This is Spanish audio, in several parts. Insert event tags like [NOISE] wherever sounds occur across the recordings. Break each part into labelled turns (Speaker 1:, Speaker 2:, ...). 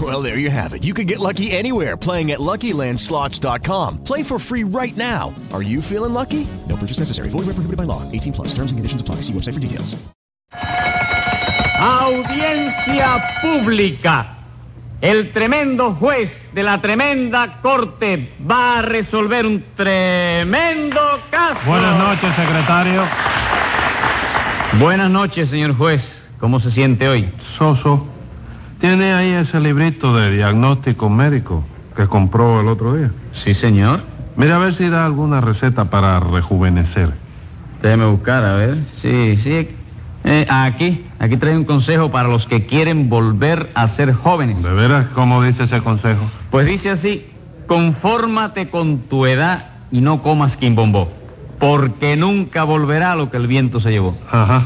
Speaker 1: Well, there you have it. You can get lucky anywhere playing at LuckyLandSlots.com. Play for free right now. Are you feeling lucky? No purchase necessary. Void where prohibited by law. 18 plus. Terms and conditions apply. See website for details.
Speaker 2: Audiencia pública. El tremendo juez de la tremenda corte va a resolver un tremendo caso.
Speaker 3: Buenas noches, secretario.
Speaker 2: Buenas noches, señor juez. ¿Cómo se siente hoy?
Speaker 3: Soso, ¿tiene ahí ese librito de diagnóstico médico que compró el otro día?
Speaker 2: Sí, señor.
Speaker 3: Mira a ver si da alguna receta para rejuvenecer.
Speaker 2: Déjeme buscar, a ver. Sí, sí. Eh, aquí, aquí trae un consejo para los que quieren volver a ser jóvenes.
Speaker 3: ¿De veras cómo dice ese consejo?
Speaker 2: Pues dice así, confórmate con tu edad y no comas quimbombó, porque nunca volverá lo que el viento se llevó.
Speaker 3: Ajá.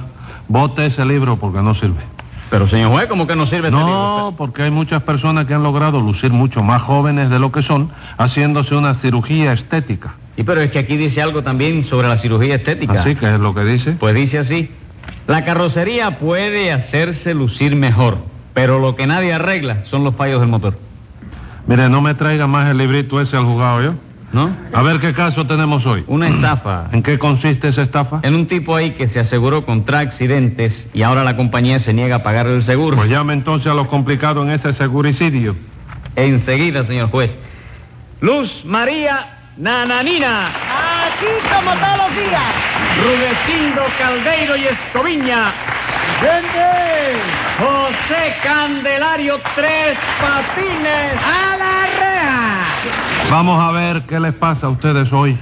Speaker 3: Bote ese libro porque no sirve.
Speaker 2: Pero señor juez, ¿cómo que no sirve este libro?
Speaker 3: No, porque hay muchas personas que han logrado lucir mucho más jóvenes de lo que son haciéndose una cirugía estética.
Speaker 2: Y pero es que aquí dice algo también sobre la cirugía estética.
Speaker 3: Así que es lo que dice.
Speaker 2: Pues dice así, la carrocería puede hacerse lucir mejor, pero lo que nadie arregla son los fallos del motor,
Speaker 3: Mire, no me traiga más el librito ese al juzgado yo.
Speaker 2: ¿no?
Speaker 3: A ver qué caso tenemos hoy.
Speaker 2: Una
Speaker 3: [CLEARS THROAT]
Speaker 2: estafa.
Speaker 3: ¿En qué consiste esa estafa?
Speaker 2: En un tipo ahí que se aseguró contra accidentes y ahora la compañía se niega a pagar el seguro.
Speaker 3: Pues llame entonces a lo complicado en ese seguricidio.
Speaker 2: Enseguida, señor juez. Luz María Nananina. Aquí como todos los días. Rudecindo Caldeiro y Escoviña. José Candelario Tres Patines. ¡A la reja!
Speaker 3: Vamos a ver qué les pasa a ustedes hoy.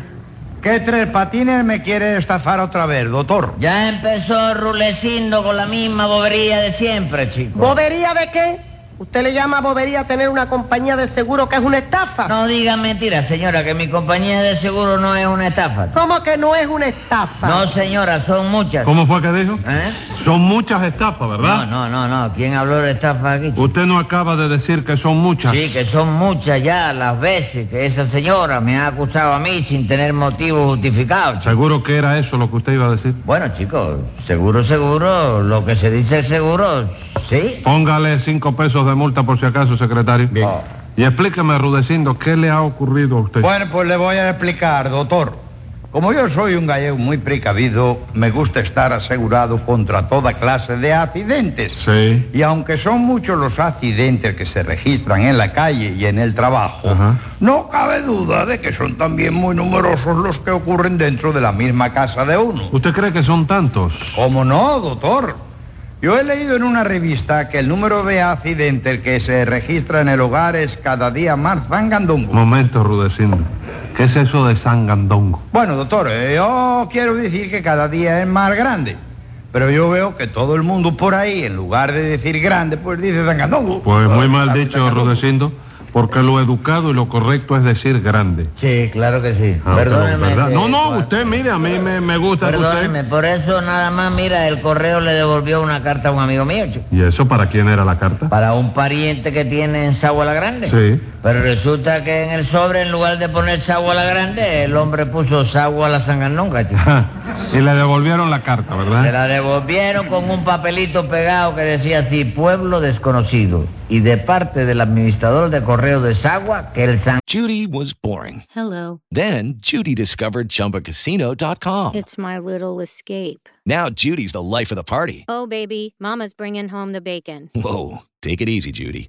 Speaker 4: ¿Qué tres patines me quiere estafar otra vez, doctor?
Speaker 5: Ya empezó Rulecindo con la misma bobería de siempre, chico.
Speaker 6: ¿Bobería de qué? ¿Usted le llama bobería a tener una compañía de seguro que es una estafa?
Speaker 5: No diga mentiras, señora, que mi compañía de seguro no es una estafa.
Speaker 6: ¿Cómo que no es una estafa?
Speaker 5: No, señora, son muchas.
Speaker 3: ¿Cómo fue que dijo?
Speaker 5: ¿Eh?
Speaker 3: Son muchas estafas,
Speaker 5: No,
Speaker 3: ¿verdad?
Speaker 5: no, no, no. ¿Quién habló de estafa aquí? chico?
Speaker 3: Usted no acaba de decir que son muchas.
Speaker 5: Sí, que son muchas ya las veces que esa señora me ha acusado a mí sin tener motivo justificado, chico.
Speaker 3: Seguro que era eso lo que usted iba a decir.
Speaker 5: Bueno, chicos, seguro, seguro, lo que se dice es seguro, ¿sí?
Speaker 3: Póngale cinco pesos de multa por si acaso, secretario. Oh.
Speaker 5: Bien.
Speaker 3: Y explíqueme, Rudecindo, qué le ha ocurrido a usted.
Speaker 4: Bueno, pues le voy a explicar, doctor. Como yo soy un gallego muy precavido, me gusta estar asegurado contra toda clase de accidentes.
Speaker 3: Sí.
Speaker 4: Y aunque son muchos los accidentes que se registran en la calle y en el trabajo,
Speaker 3: Ajá.
Speaker 4: no cabe duda de que son también muy numerosos los que ocurren dentro de la misma casa de uno.
Speaker 3: ¿Usted cree que son tantos?
Speaker 4: ¿Cómo no, doctor? Yo he leído en una revista que el número de accidentes que se registra en el hogar es cada día más zangandungo.
Speaker 3: Momento, Rudecindo. ¿Qué es eso de Sangandongo?
Speaker 4: Bueno, doctor, eh, yo quiero decir que cada día es más grande. Pero yo veo que todo el mundo por ahí, en lugar de decir grande, pues dice zangandungo.
Speaker 3: Pues muy mal dicho,
Speaker 4: Zangandungo.
Speaker 3: Rudecindo, porque lo educado y lo correcto es decir grande.
Speaker 5: Sí, claro que sí.
Speaker 3: Ah,
Speaker 5: Perdóneme.
Speaker 3: pero, ¿verdad?
Speaker 5: que-
Speaker 3: No, no, usted, mire, a mí me, me gusta que
Speaker 5: Perdóneme,
Speaker 3: usted...
Speaker 5: por eso nada más, mira, el correo le devolvió una carta a un amigo mío, chico.
Speaker 3: ¿Y eso para quién era la carta?
Speaker 5: Para un pariente que tiene en Sagua la Grande.
Speaker 3: Sí.
Speaker 5: Pero resulta que en el sobre, en lugar de poner Sagua la Grande, el hombre puso Sagua la Sanganonga, chico.
Speaker 3: [LAUGHS] y le devolvieron la carta,
Speaker 4: Ah.
Speaker 5: Se
Speaker 3: ¿verdad?
Speaker 5: la devolvieron con un papelito pegado que decía así, pueblo desconocido. Y de parte del administrador de correo de Sagua, que el San...
Speaker 1: Judy was boring.
Speaker 7: Hello,
Speaker 1: Then Judy discovered ChumbaCasino.com.
Speaker 7: it's my little escape.
Speaker 1: Now Judy's the life of the party.
Speaker 7: Oh, baby, Mama's bringing home the bacon.
Speaker 1: Whoa, take it easy, Judy.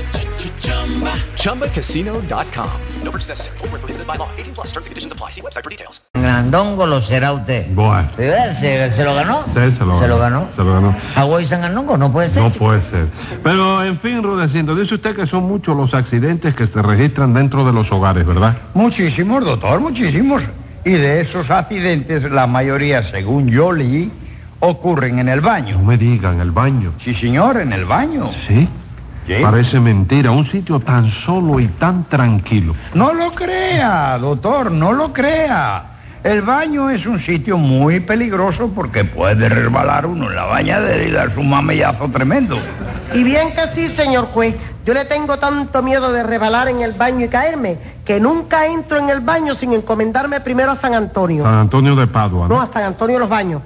Speaker 8: ChumbaCasino.com. No purchase necessary. Void where prohibited by law. 18 plus terms and conditions apply. See website for details.
Speaker 5: Grandongo lo será usted.
Speaker 3: Bueno.
Speaker 5: Sí, ¿verdad? ¿Se, se lo ganó?
Speaker 3: Sí, se lo
Speaker 5: ¿Se
Speaker 3: ganó.
Speaker 5: lo ganó?
Speaker 3: Se lo ganó.
Speaker 5: ¿Hawái San Andongo? No puede ser.
Speaker 3: No
Speaker 5: chico.
Speaker 3: puede ser. Pero, en fin, Rudecindo, dice usted que son muchos los accidentes que se registran dentro de los hogares, ¿verdad?
Speaker 4: Muchísimos, doctor, muchísimos. Y de esos accidentes, la mayoría, según yo leí, ocurren en el baño. No
Speaker 3: me digan, en el baño.
Speaker 4: Sí, señor, en el baño.
Speaker 3: Sí.
Speaker 4: Sí.
Speaker 3: Parece mentira, un sitio tan solo y tan tranquilo.
Speaker 4: No lo crea, doctor, no lo crea. El baño es un sitio muy peligroso porque puede resbalar uno en la bañadera y darse un mamellazo tremendo.
Speaker 6: Y bien que sí, señor juez. Yo le tengo tanto miedo de rebalar en el baño y caerme que nunca entro en el baño sin encomendarme primero a San Antonio.
Speaker 3: San Antonio de Padua,
Speaker 6: No,
Speaker 3: ¿no?
Speaker 6: a San Antonio los baños.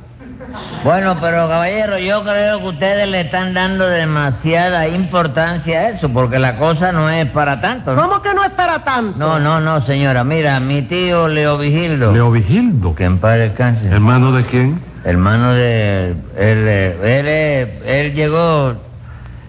Speaker 5: Bueno, pero caballero, yo creo que ustedes le están dando demasiada importancia a eso, porque la cosa no es para tanto. ¿no?
Speaker 6: ¿Cómo que no espera tanto?
Speaker 5: No, no, no, señora. Mira, mi tío Leo Vigildo.
Speaker 3: Leo Vigildo.
Speaker 5: Que en paz descanse.
Speaker 3: ¿Hermano de quién?
Speaker 5: Hermano de... Él, eh, él, eh, él llegó...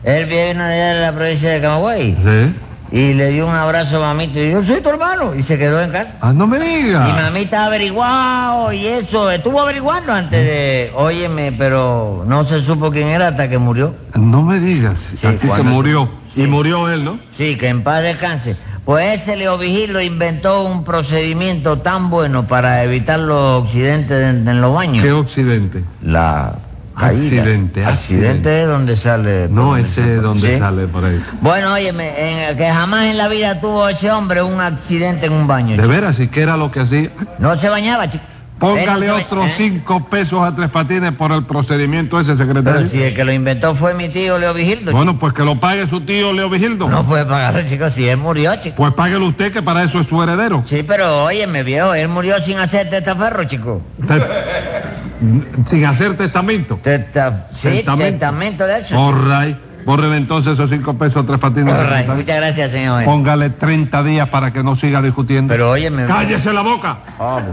Speaker 5: Él viene de allá de la provincia de Camagüey.
Speaker 3: Sí.
Speaker 5: Y le dio un abrazo a mamita y yo soy tu hermano. Y se quedó en casa.
Speaker 3: Ah, no me diga.
Speaker 5: Y mamita ha averiguado y eso. Estuvo averiguando antes de... Óyeme, pero no se supo quién era hasta que murió.
Speaker 3: No me digas. Así que
Speaker 5: cuando-
Speaker 3: murió.
Speaker 5: Sí.
Speaker 3: Y murió él, ¿no?
Speaker 5: Sí, que en paz descanse. Pues ese Leo Vigilo inventó un procedimiento tan bueno para evitar los accidentes en, en los baños.
Speaker 3: ¿Qué occidente?
Speaker 5: La caída.
Speaker 3: Accidente,
Speaker 5: Accidente
Speaker 3: accidente.
Speaker 5: es donde sale.
Speaker 3: No,
Speaker 5: donde
Speaker 3: ese es donde
Speaker 5: ¿Sí?
Speaker 3: sale por ahí.
Speaker 5: Bueno, óyeme, en- que jamás en la vida tuvo ese hombre un accidente en un baño.
Speaker 3: De
Speaker 5: chico.
Speaker 3: veras, si que era lo que hacía.
Speaker 5: No se bañaba, chico.
Speaker 3: Póngale
Speaker 5: Él no se
Speaker 3: otros
Speaker 5: ba- ¿eh?
Speaker 3: cinco pesos a Tres Patines por el procedimiento ese,
Speaker 5: Pero
Speaker 3: secretario.
Speaker 5: si el que lo inventó fue mi tío Leo Vigildo. chico.
Speaker 3: Bueno, pues que lo pague su tío Leo Vigildo.
Speaker 5: No pues. puede pagarlo, chicos, si él murió, chico.
Speaker 3: Pues páguelo usted, que para eso es su heredero.
Speaker 5: Sí, pero óyeme, viejo, él murió sin hacer testaferro, chico.
Speaker 3: Te- Sin hacer testamento.
Speaker 5: Testa- sí, testamento de eso.
Speaker 3: All right. Bórrele entonces esos cinco pesos a Tres Patines.
Speaker 5: All right,
Speaker 3: secretario.
Speaker 5: Muchas gracias, señor.
Speaker 3: Póngale 30 días para que no siga discutiendo.
Speaker 5: Pero óyeme...
Speaker 3: ¡Cállese la boca!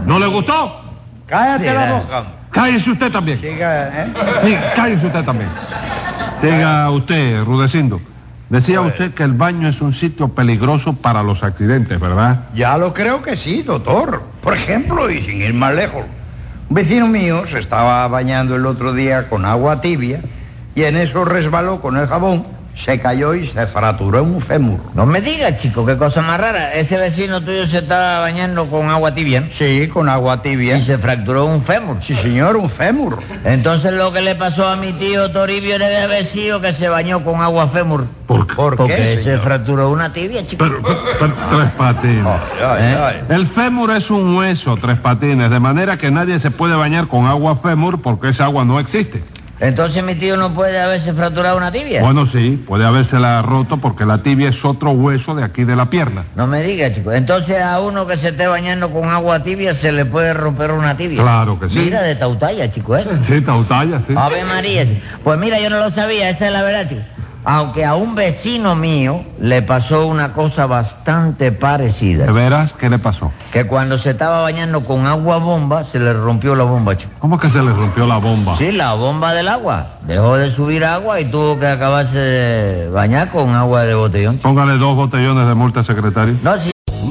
Speaker 3: ¿No le gustó?
Speaker 4: Cállate
Speaker 5: Sí,
Speaker 4: la
Speaker 5: la-
Speaker 4: boca.
Speaker 3: Cállese usted también.
Speaker 4: Siga, ¿eh?
Speaker 3: Sí, cállese usted también. Siga usted, Rudecindo. Decía usted que el baño es un sitio peligroso para los accidentes, ¿verdad?
Speaker 4: Ya lo creo que sí, doctor. Por ejemplo, y sin ir más lejos, un vecino mío se estaba bañando el otro día con agua tibia y en eso resbaló con el jabón, se cayó y se fracturó un fémur.
Speaker 5: No me digas, chico, qué cosa más rara. Ese vecino tuyo se estaba bañando con agua tibia ¿no?
Speaker 4: Sí, con agua tibia.
Speaker 5: y se fracturó un fémur.
Speaker 4: Sí, señor, un fémur.
Speaker 5: Entonces lo que le pasó a mi tío Toribio debe haber sido que se bañó con agua fémur.
Speaker 3: ¿Por qué?
Speaker 4: ¿Por
Speaker 5: Porque
Speaker 4: qué,
Speaker 5: se
Speaker 4: señor?
Speaker 5: fracturó una tibia, chico.
Speaker 3: Pero, pero, pero, tres patines.
Speaker 4: Ay, ay,
Speaker 5: ¿Eh?
Speaker 4: ay.
Speaker 3: El fémur es un hueso, tres patines, de manera que nadie se puede bañar con agua fémur porque esa agua no existe.
Speaker 5: Entonces mi tío no puede haberse fracturado una tibia.
Speaker 3: Bueno, sí, puede habérsela roto porque la tibia es otro hueso de aquí de la pierna.
Speaker 5: No me digas, chico. Entonces a uno que se esté bañando con agua tibia se le puede romper una tibia.
Speaker 3: Claro que sí.
Speaker 5: Mira de tautalla, chico, ¿eh?
Speaker 3: Sí, tautalla, sí.
Speaker 5: Ave María. chico. Pues mira, yo no lo sabía, esa es la verdad, chico. Aunque a un vecino mío le pasó una cosa bastante
Speaker 3: ¿De
Speaker 5: parecida.
Speaker 3: veras qué le pasó?
Speaker 5: Que cuando se estaba bañando con agua bomba, se le rompió la bomba, chico.
Speaker 3: ¿Cómo que se le rompió la bomba?
Speaker 5: Sí, la bomba del agua. Dejó de subir agua y tuvo que acabarse de bañar con agua de botellón. chico.
Speaker 3: Póngale dos botellones de multa, secretario.
Speaker 5: No, sí.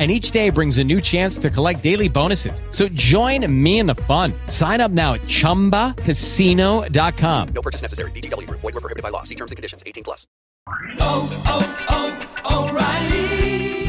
Speaker 9: and each day brings a new chance to collect daily bonuses. So join me in the fun. Sign up now at ChumbaCasino.com.
Speaker 10: No purchase necessary. BGW. Void were prohibited by law. See terms and conditions. 18 plus.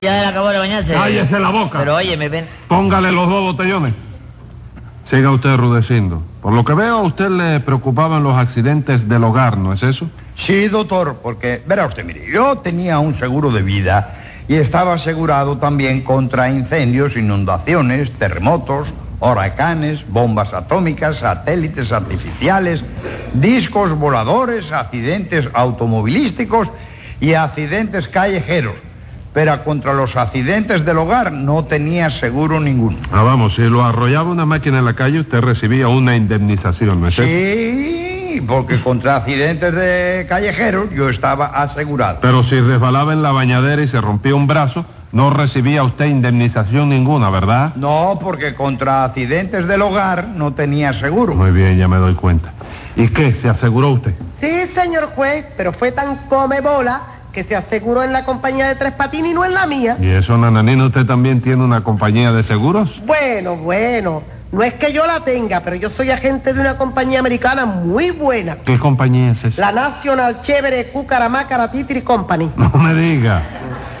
Speaker 5: Ya él acabó de bañarse.
Speaker 3: Cállese la boca.
Speaker 5: Pero oye, me ven.
Speaker 3: Póngale los dos botellones. Siga usted rudeciendo. Por lo que veo, a usted le preocupaban los accidentes del hogar, ¿no es eso?
Speaker 4: Sí, doctor, porque, verá usted, mire, yo tenía un seguro de vida y estaba asegurado también contra incendios, inundaciones, terremotos, huracanes, bombas atómicas, satélites artificiales, discos voladores, accidentes automovilísticos y accidentes callejeros. Pero contra los accidentes del hogar no tenía seguro ninguno.
Speaker 3: Ah, vamos, si lo arrollaba una máquina en la calle, usted recibía una indemnización, ¿no es eso?
Speaker 4: Sí, porque contra accidentes de callejeros yo estaba asegurado.
Speaker 3: Pero si resbalaba en la bañadera y se rompía un brazo, no recibía usted indemnización ninguna, ¿verdad?
Speaker 4: No, porque contra accidentes del hogar no tenía seguro.
Speaker 3: Muy bien, ya me doy cuenta. ¿Y qué? ¿Se aseguró usted?
Speaker 6: Sí, señor juez, pero fue tan come bola que se aseguró en la compañía de Tres Patines y no en la mía.
Speaker 3: ¿Y eso, Nananina, usted también tiene una compañía de seguros?
Speaker 6: Bueno, bueno, no es que yo la tenga, pero yo soy agente de una compañía americana muy buena.
Speaker 3: ¿Qué compañía es
Speaker 6: La
Speaker 3: esa? [LAUGHS]
Speaker 6: National Chévere Cucaramácara Titri Company.
Speaker 3: No me diga.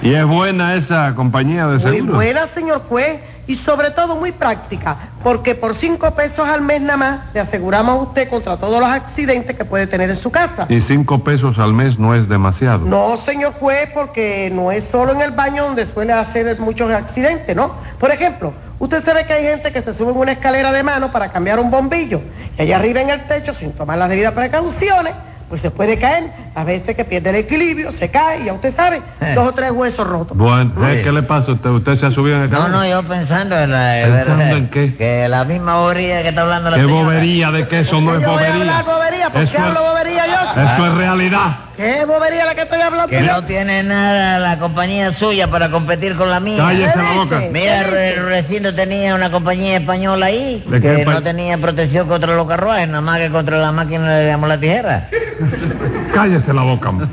Speaker 3: ¿Y es buena esa compañía de
Speaker 6: Muy
Speaker 3: seguros?
Speaker 6: buena, señor juez, y sobre todo muy práctica, porque por cinco pesos al mes nada más le aseguramos a usted contra todos los accidentes que puede tener en su casa.
Speaker 3: Y cinco pesos al mes no es demasiado.
Speaker 6: No, Oh, señor juez, porque no es solo en el baño donde suele hacer muchos accidentes, ¿no? Por ejemplo, usted sabe que hay gente que se sube en una escalera de mano para cambiar un bombillo y allá arriba en el techo, sin tomar las debidas precauciones, pues se puede caer. A veces que pierde el equilibrio, se cae y ya usted sabe,
Speaker 5: Eh.
Speaker 6: dos o tres huesos rotos.
Speaker 3: Bueno, ¿eh? ¿qué le pasa a usted? ¿Usted se ha subido en el
Speaker 5: No,
Speaker 3: carro?
Speaker 5: no, yo pensando en la.
Speaker 3: ¿Pensando
Speaker 5: verdad,
Speaker 3: en qué?
Speaker 5: Que la misma bobería que está hablando la
Speaker 3: ¿Qué
Speaker 5: señora.
Speaker 3: bobería de que eso no es
Speaker 6: Yo voy a
Speaker 3: bobería?
Speaker 6: hablar bobería, ¿por
Speaker 3: Eso
Speaker 6: qué
Speaker 3: es-
Speaker 6: hablo bobería yo?
Speaker 3: Eso es realidad.
Speaker 6: ¿Qué bobería la que estoy hablando?
Speaker 5: Que no tiene nada la compañía suya para competir con la mía.
Speaker 3: Cállese la boca.
Speaker 5: Mira, Re- Recindo tenía una compañía española ahí
Speaker 3: ¿De qué
Speaker 5: que
Speaker 3: pa-
Speaker 5: no tenía protección contra los carruajes, nada más que contra la máquina de llamó la tijera.
Speaker 6: Eh,
Speaker 3: Cállese la boca. hombre.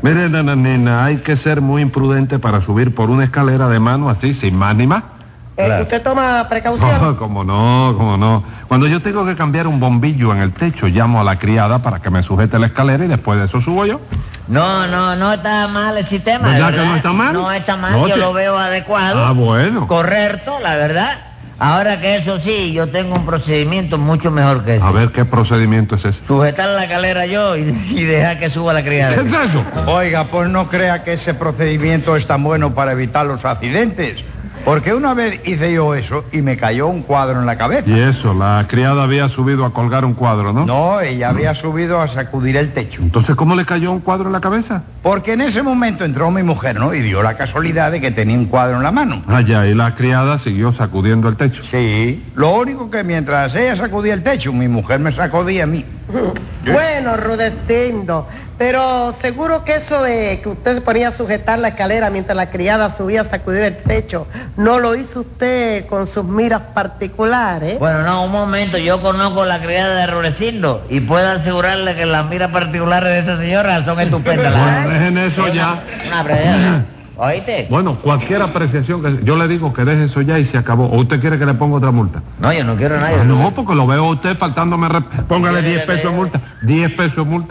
Speaker 3: Mire, nananina, hay que ser muy imprudente para subir por una escalera de mano así, sin más ni más.
Speaker 6: Eh, ¿Usted toma precauciones?
Speaker 3: [LAUGHS] No, como no, como no. Cuando yo tengo que cambiar un bombillo en el techo, llamo a la criada para que me sujete la escalera y después de eso subo yo.
Speaker 5: No, no, no está mal el sistema.
Speaker 3: ¿Verdad
Speaker 5: de
Speaker 3: que no está mal?
Speaker 5: No está mal,
Speaker 3: No,
Speaker 5: yo
Speaker 3: sí.
Speaker 5: lo veo adecuado.
Speaker 3: Ah, bueno.
Speaker 5: Correcto, la verdad. Ahora que eso sí, yo tengo un procedimiento mucho mejor que eso.
Speaker 3: A ver qué procedimiento es ese.
Speaker 5: Sujetar la calera yo y, y dejar que suba la criada.
Speaker 3: ¿Qué es eso?
Speaker 4: Oiga, pues no crea que ese procedimiento es tan bueno para evitar los accidentes. Porque una vez hice yo eso y me cayó un cuadro en la cabeza.
Speaker 3: Y eso, la criada había subido a colgar un cuadro, ¿no?
Speaker 4: No, ella había subido a sacudir el techo.
Speaker 3: Entonces, ¿cómo le cayó un cuadro en la cabeza?
Speaker 4: Porque en ese momento entró mi mujer, ¿no? Y dio la casualidad de que tenía un cuadro en la mano.
Speaker 3: Ah, ya, y la criada siguió sacudiendo el techo.
Speaker 4: Sí. Lo único que mientras ella sacudía el techo, mi mujer me sacudía a mí.
Speaker 6: Bueno, Rudecindo, pero seguro que eso de que usted se ponía a sujetar la escalera mientras la criada subía a sacudir el techo, no lo hizo usted con sus miras particulares.
Speaker 5: Bueno, no, un momento, yo conozco la criada de Rurecindo y puedo asegurarle que las miras particulares de esa señora son estupendas.
Speaker 3: Bueno,
Speaker 5: las-
Speaker 3: dejen eso ya.
Speaker 5: Una bredera. ¿Oíste?
Speaker 3: Bueno, cualquier apreciación que yo le digo que deje eso ya y se acabó. ¿O usted quiere que le ponga otra multa?
Speaker 5: No, yo no quiero a nadie.
Speaker 3: Ah, no, porque lo veo a usted faltándome respeto. Póngale
Speaker 5: Yo le
Speaker 3: 10 pesos
Speaker 5: veo.
Speaker 3: de multa. 10 pesos de multa.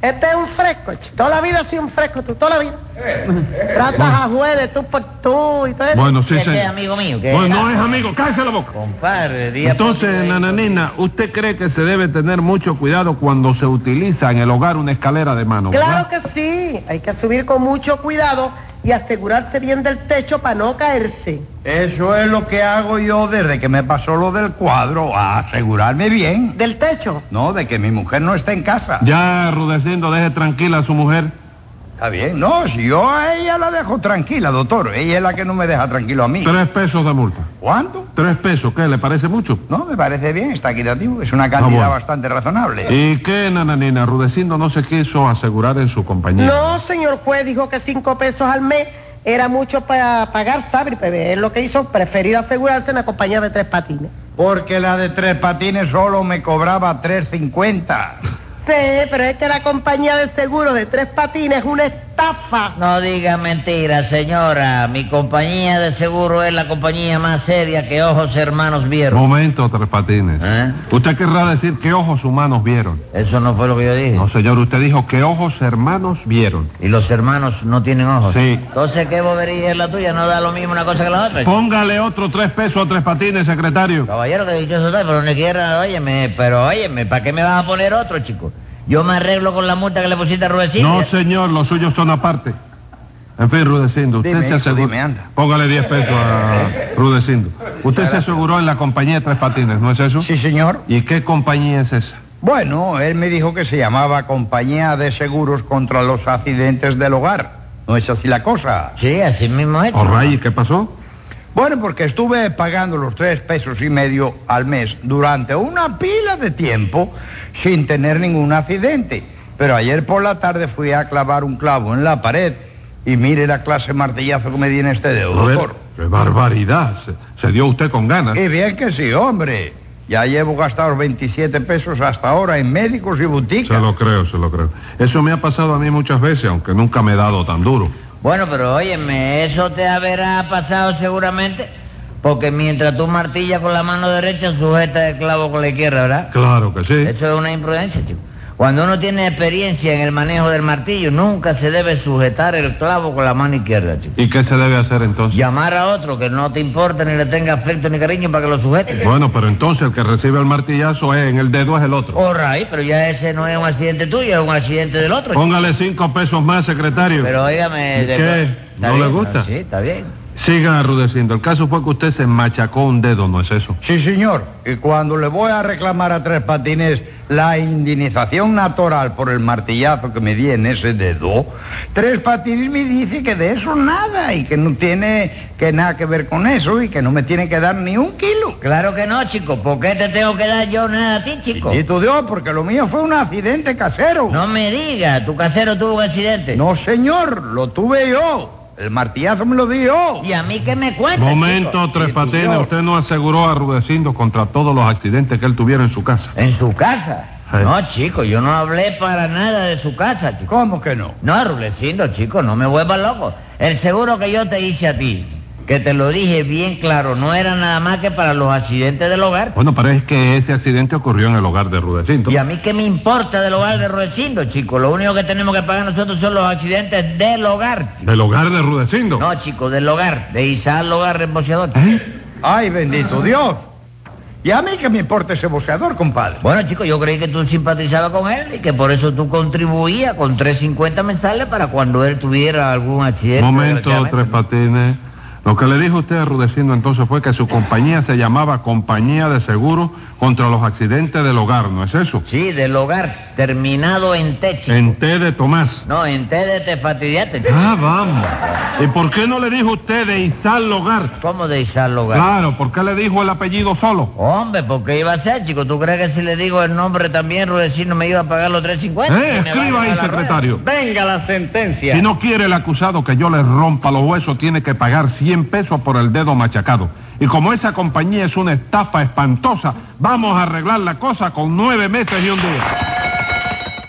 Speaker 6: Este es un fresco, ch- toda la vida ha sido un fresco, tú toda la vida. Tratas
Speaker 3: Bueno.
Speaker 6: a jueves, tú por tú y todo eso.
Speaker 3: pues, Bueno, sí,
Speaker 6: Que
Speaker 3: señor.
Speaker 6: sea que-
Speaker 3: Bueno, no es amigo, cállese la boca. Entonces, nananina, ¿usted cree que se debe tener mucho cuidado cuando se utiliza en el hogar una escalera de mano?
Speaker 6: Claro que sí, hay que subir con mucho cuidado y asegurarse bien del techo para no caerse.
Speaker 4: Eso es lo que hago yo desde que me pasó lo del cuadro, a asegurarme bien.
Speaker 6: ¿Del techo?
Speaker 4: No, de que mi mujer no esté en casa.
Speaker 3: Ya, Rudecindo, deje tranquila a su mujer.
Speaker 4: Está bien, no, si yo a ella la dejo tranquila, doctor. Ella es la que no me deja tranquilo a mí.
Speaker 3: Tres pesos de multa.
Speaker 4: ¿Cuánto?
Speaker 3: Tres pesos, ¿qué? ¿Le parece mucho?
Speaker 4: No, me parece bien, está equitativo. Es una cantidad
Speaker 3: Ah, bueno.
Speaker 4: bastante razonable.
Speaker 3: ¿Y qué, nananina? Rudecindo no se quiso asegurar en su compañía.
Speaker 6: No, señor juez, dijo que cinco pesos al mes era mucho para pagar, ¿sabe? Pero Es lo que hizo, preferir asegurarse en la compañía de tres patines.
Speaker 4: Porque la de tres patines solo me cobraba 3.50.
Speaker 6: Sí, pero es que la compañía de seguros de tres patines es una estafa.
Speaker 5: No diga mentira, señora. Mi compañía de seguro es la compañía más seria que ojos hermanos vieron. ¿Eh?
Speaker 3: Momento, Tres Patines. ¿Usted querrá decir qué ojos humanos vieron?
Speaker 5: Eso no fue lo que yo dije.
Speaker 3: No, señor, usted dijo que ojos hermanos vieron.
Speaker 5: ¿Y los hermanos no tienen ojos?
Speaker 3: Sí.
Speaker 5: Entonces, ¿qué bobería es la tuya? ¿No da lo mismo una cosa que la otra?
Speaker 3: Póngale otro tres pesos a Tres Patines, secretario.
Speaker 5: Caballero, que dicho eso, pero ni quiera, óyeme, pero óyeme, ¿para qué me vas a poner otro, chico? Yo me arreglo con la multa que le pusiste a Rubecín.
Speaker 3: No, señor, los suyos son aparte. En fin, Rudecindo, usted
Speaker 5: Dime,
Speaker 3: se
Speaker 5: hijo,
Speaker 3: aseguró.
Speaker 5: dime, anda.
Speaker 3: Póngale 10 pesos a Rudecindo. Usted se aseguró en la compañía de Tres Patines, ¿no es eso? Sí,
Speaker 4: señor.
Speaker 3: ¿Y qué compañía es esa?
Speaker 4: Bueno, él me dijo que se llamaba Compañía de Seguros contra los Accidentes del Hogar. ¿No es así la cosa?
Speaker 5: Sí, así mismo es.
Speaker 3: Orray, ¿qué pasó?
Speaker 4: Bueno, porque estuve pagando los tres pesos y medio al mes durante una pila de tiempo sin tener ningún accidente. Pero ayer por la tarde fui a clavar un clavo en la pared y mire la clase de martillazo que me di en este dedo,
Speaker 3: A ver,
Speaker 4: doctor.
Speaker 3: qué barbaridad. Se, se dio usted con ganas.
Speaker 4: Y bien que sí, Eh, hombre. Ya llevo gastados 27 pesos hasta ahora en médicos y
Speaker 3: Se
Speaker 4: boutiques.
Speaker 3: lo creo, se lo creo. Eso me ha pasado a mí muchas veces, aunque nunca me he dado tan duro.
Speaker 5: Bueno, pero óyeme, eso te habrá pasado seguramente, porque mientras tú martillas con la mano derecha, sujeta el clavo con la izquierda, ¿verdad?
Speaker 3: Claro que sí.
Speaker 5: Eso es una imprudencia, chico. Cuando uno tiene experiencia en el manejo del martillo, nunca se debe sujetar el clavo con la mano izquierda, chico.
Speaker 3: ¿Y qué se debe hacer entonces?
Speaker 5: Llamar a otro que no te importa, ni le tenga afecto ni cariño para que lo sujete.
Speaker 3: Bueno, pero entonces el que recibe el martillazo es- en el dedo es el otro.
Speaker 4: Oh.
Speaker 5: Alright, pero ya ese no es un accidente tuyo, es un accidente del otro. chico.
Speaker 3: Póngale cinco pesos más, secretario.
Speaker 5: Pero óigame... de-
Speaker 3: ¿Qué?
Speaker 5: Está
Speaker 3: ¿No
Speaker 5: bien,
Speaker 3: le gusta?
Speaker 5: Sí, está bien.
Speaker 3: Siga arrudeciendo. El caso fue que usted se machacó un dedo, ¿no es eso?
Speaker 4: Sí, señor. Y cuando le voy a reclamar a Tres Patines la indemnización natural por el martillazo que me di en ese dedo, Tres Patines me dice que de eso nada y que no tiene que nada que ver con eso y que no me tiene que dar ni un kilo.
Speaker 5: Claro que no, chico. ¿Por qué te tengo que dar yo nada a ti, chico?
Speaker 4: Y tú Dios, porque lo mío fue un accidente casero.
Speaker 5: No me diga, tu casero tuvo un accidente.
Speaker 4: No, señor, lo tuve yo. El martillazo me lo di yo.
Speaker 5: ¿Y a mí qué me cuentas?
Speaker 3: Momento,
Speaker 5: chico?
Speaker 3: Tres
Speaker 5: Sí,
Speaker 3: Patines.
Speaker 5: señor.
Speaker 3: Usted no aseguró a Rudecindo contra todos los accidentes que él tuviera en su casa.
Speaker 5: ¿En su casa?
Speaker 3: Sí.
Speaker 5: No, chico, yo no hablé para nada de su casa, chico.
Speaker 4: ¿Cómo que no?
Speaker 5: No, Rulecindo, chico, no me vuelvas loco. El seguro que yo te hice a ti, que te lo dije bien claro, no era nada más que para los accidentes del hogar.
Speaker 3: Bueno, pero es que ese accidente ocurrió en el hogar de Rudecindo.
Speaker 5: ¿Y a mí qué me importa del hogar de Rulecindo, chico? Lo único que tenemos que pagar nosotros son los accidentes del hogar, chico.
Speaker 3: ¿Del hogar de Rudecindo?
Speaker 5: No, chico, del hogar, de Isaac Hogar Remboceador.
Speaker 3: ¿Eh?
Speaker 4: Ay, bendito Dios. ¿Y a mí que me importa ese boceador, compadre?
Speaker 5: Bueno, chico, yo creí que tú simpatizabas con él y que por eso tú contribuías con 3.50 mensales para cuando él tuviera algún accidente.
Speaker 3: Momento,
Speaker 5: desgraciadamente.
Speaker 3: Tres Patines. Lo que le dijo usted a Rudecindo entonces fue que su compañía se llamaba Compañía de Seguros contra los Accidentes del Hogar, ¿no es eso?
Speaker 5: Sí, del hogar, terminado en T, chico.
Speaker 3: En T de Tomás.
Speaker 5: No, en T de te fastidiaste, chico.
Speaker 3: Eh. Ah, vamos. ¿Y por qué no le dijo usted de Izal Hogar?
Speaker 5: ¿Cómo de Izal Hogar?
Speaker 3: Claro, ¿por qué le dijo el apellido solo?
Speaker 5: Hombre, porque iba a ser, chico. ¿Tú crees que si le digo el nombre también, Rudecindo me iba a pagar los 3.50?
Speaker 3: Eh,
Speaker 5: Y me va a
Speaker 3: escriba ahí,
Speaker 5: dar la
Speaker 3: secretario.
Speaker 5: rueda. Venga la sentencia.
Speaker 3: Si no quiere el acusado que yo le rompa los huesos, tiene que pagar 100 pesos por el dedo machacado. Y como esa compañía es una estafa espantosa, vamos a arreglar la cosa con nueve meses y un día.